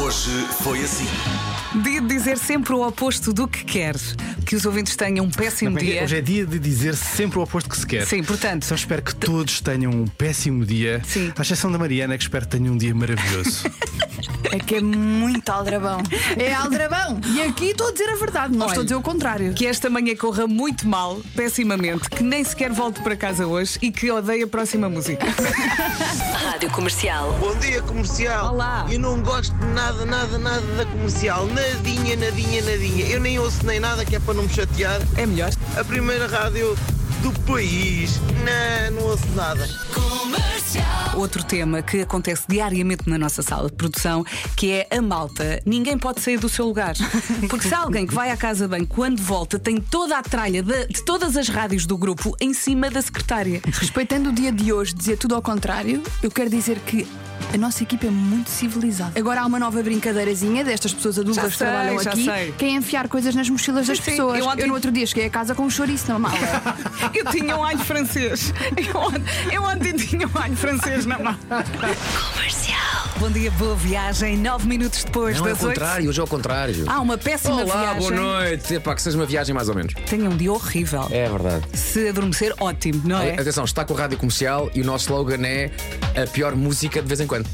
Hoje foi assim. Dia de dizer sempre o oposto do que queres. Que os ouvintes tenham um péssimo Como é que é? dia. Hoje é dia de dizer sempre o oposto que se quer. Sim, portanto. Só espero que todos tenham um péssimo dia. Sim. À exceção da Mariana, que espero que tenha um dia maravilhoso. É que é muito aldrabão. É aldrabão. E aqui estou a dizer a verdade, não é? estou a dizer o contrário. Que esta manhã corra muito mal, pessimamente, que nem sequer volte para casa hoje e que odeie a próxima música. Rádio Comercial. Bom dia, comercial. Olá. Eu não gosto de nada, nada, nada da comercial. Nadinha, nadinha, nadinha. Eu nem ouço nem nada, que é para não me chatear. É melhor. A primeira rádio do país. Não, não ouço nada. Outro tema que acontece diariamente na nossa sala de produção, que é a malta. Ninguém pode sair do seu lugar. Porque se há alguém que vai à casa bem, quando volta, tem toda a tralha de, de todas as rádios do grupo em cima da secretária. Respeitando o dia de hoje, dizer tudo ao contrário, eu quero dizer que a nossa equipa é muito civilizada. Agora há uma nova brincadeirazinha destas pessoas Já adultas que sei, trabalham já aqui, sei. que é enfiar coisas nas mochilas das sim. pessoas. Eu Eu, ontem- no outro dia cheguei a casa com um chouriço na mala. Eu tinha um alho francês. Eu, on- eu ontem tinha um alho francês na mão. Comercial. Bom dia, boa viagem. Nove minutos depois Não é o das oito. contrário, hoje é o contrário. Há Ah, uma péssima Olá, viagem. boa noite. Epá, que seja uma viagem mais ou menos. Tenha um dia horrível. É verdade. Se adormecer, ótimo, não é? Atenção, está com a rádio comercial e o nosso slogan é a pior música de vez em quando.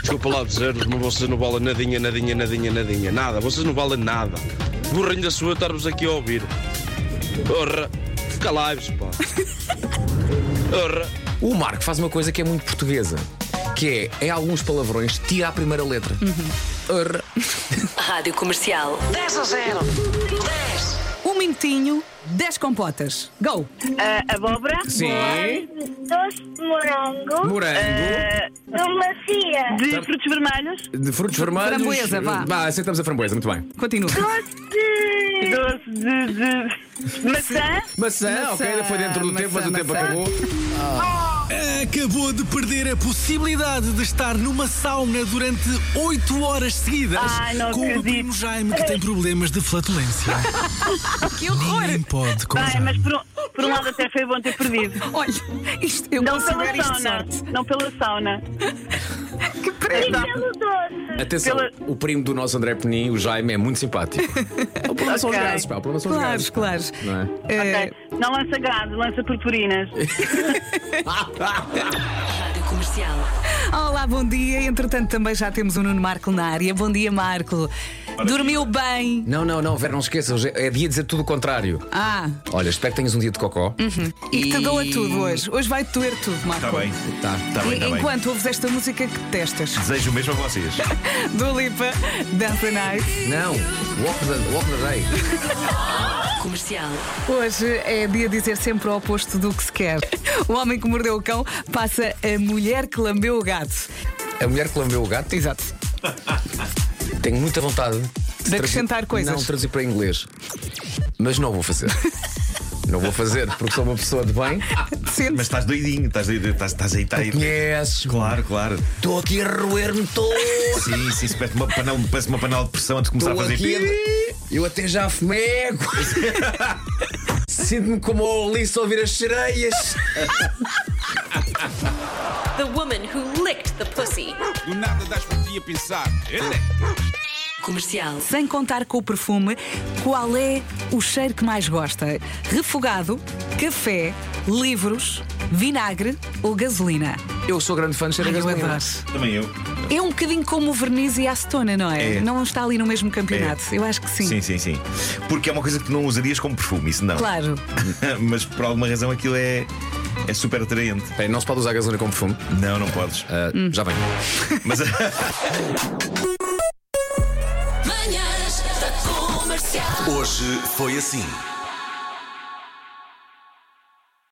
Desculpa lá dizer-vos, mas vocês não valem nadinha, nadinha, nadinha, nadinha. Nada, vocês não valem nada. Burrinho da sua estar-vos aqui a ouvir. Orra, fica lives, pá. Orra. O Marco faz uma coisa que é muito portuguesa, que é, em alguns palavrões, tira a primeira letra. Uhum. Arr. Rádio Comercial. Um minutinho, dez compotas. Go! abóbora, Sim. doce de morango, Eh, Morango. melancia, de frutos vermelhos, De frutos vermelhos. Framboesa, vá. Vá, aceitamos a framboesa, muito bem. Continua. doce de... doce de, de- maçã, Maçã, ok, ainda foi dentro do maçã, tempo, mas o tempo maçã. acabou. Acabou de perder a possibilidade de estar numa sauna durante 8 horas seguidas Ai, não com o acredito. primo Jaime que tem problemas de flatulência. que horror! Ninguém pode com o Ai, mas Jaime. por um, por um lado até foi bom ter perdido. Olha, isto, eu Não considero pela isto sauna, sorte. não pela sauna. Que prémio! pelo doce. Atenção, Pela- o primo do nosso André Penin, o Jaime, é muito simpático. o problema são os Ok. gases, pá. O problema são os Claro, gases. claro. Não é? Eh, Ok, Não lança gado, lança purpurinas. Rádio Comercial. Olá, bom dia. Entretanto, também já temos o Nuno Marco na área. Bom dia, Marco. Dormiu bem? Não, não, não, Vera, não esqueças, hoje é dia de dizer tudo o contrário. Ah, Olha, espero que tenhas um dia de cocó. e que te doa tudo hoje. Hoje vai doer tudo, Marco. Está bem. Tá. Está bem, E está bem. Enquanto ouves esta música que detestas, Desejo o mesmo a vocês. do Lipa, Dança Night. Não, walk the, walk the day. Comercial. Hoje é dia de dizer sempre o oposto do que se quer. O homem que mordeu o cão passa a mulher que lambeu o gato. A mulher que lambeu o gato, Exato. tenho muita vontade de, traduzir- acrescentar coisas. Não, traduzir para inglês. Mas não vou fazer. não vou fazer, porque sou uma pessoa de bem. Sente Mas estás doidinho, estás doidinho, estás, estás aí, Tá estás aí. Conheces, Claro, claro. estou aqui a roer-me todo. Sim, sim, se parece uma panela, parece uma panela de pressão antes de começar Estou a fazer aqui pi. a... Eu até já fumego. Sinto-me como o Alice a ouvir as sereias. The woman who licked the pussy. Do nada das por ti a pensar. Ele é. Comercial. sem contar com o perfume, qual é o cheiro que mais gosta? Refogado, café, livros, vinagre ou gasolina? Eu sou grande fã de cheiro a Ai, eu gasolina. adoro. Também eu. É um bocadinho como o verniz e a acetona, não é? É. Não está ali no mesmo campeonato. É. Eu acho que sim. Sim, sim, sim. Porque é uma coisa que não usarias como perfume, isso não. Claro. Mas por alguma razão aquilo é, é super atraente. Bem, não se pode usar gasolina como perfume. Não, não podes. Ah, Uhum. Já vem. Mas. Manhãs da Comercial. Hoje foi assim.